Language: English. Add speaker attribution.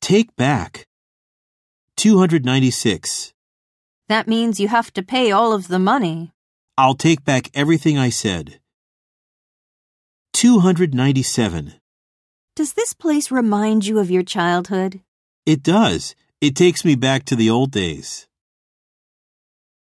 Speaker 1: Take back. 296.
Speaker 2: That means you have to pay all of the money.
Speaker 1: I'll take back everything I said. 297.
Speaker 2: Does this place remind you of your childhood?
Speaker 1: It does. It takes me back to the old days.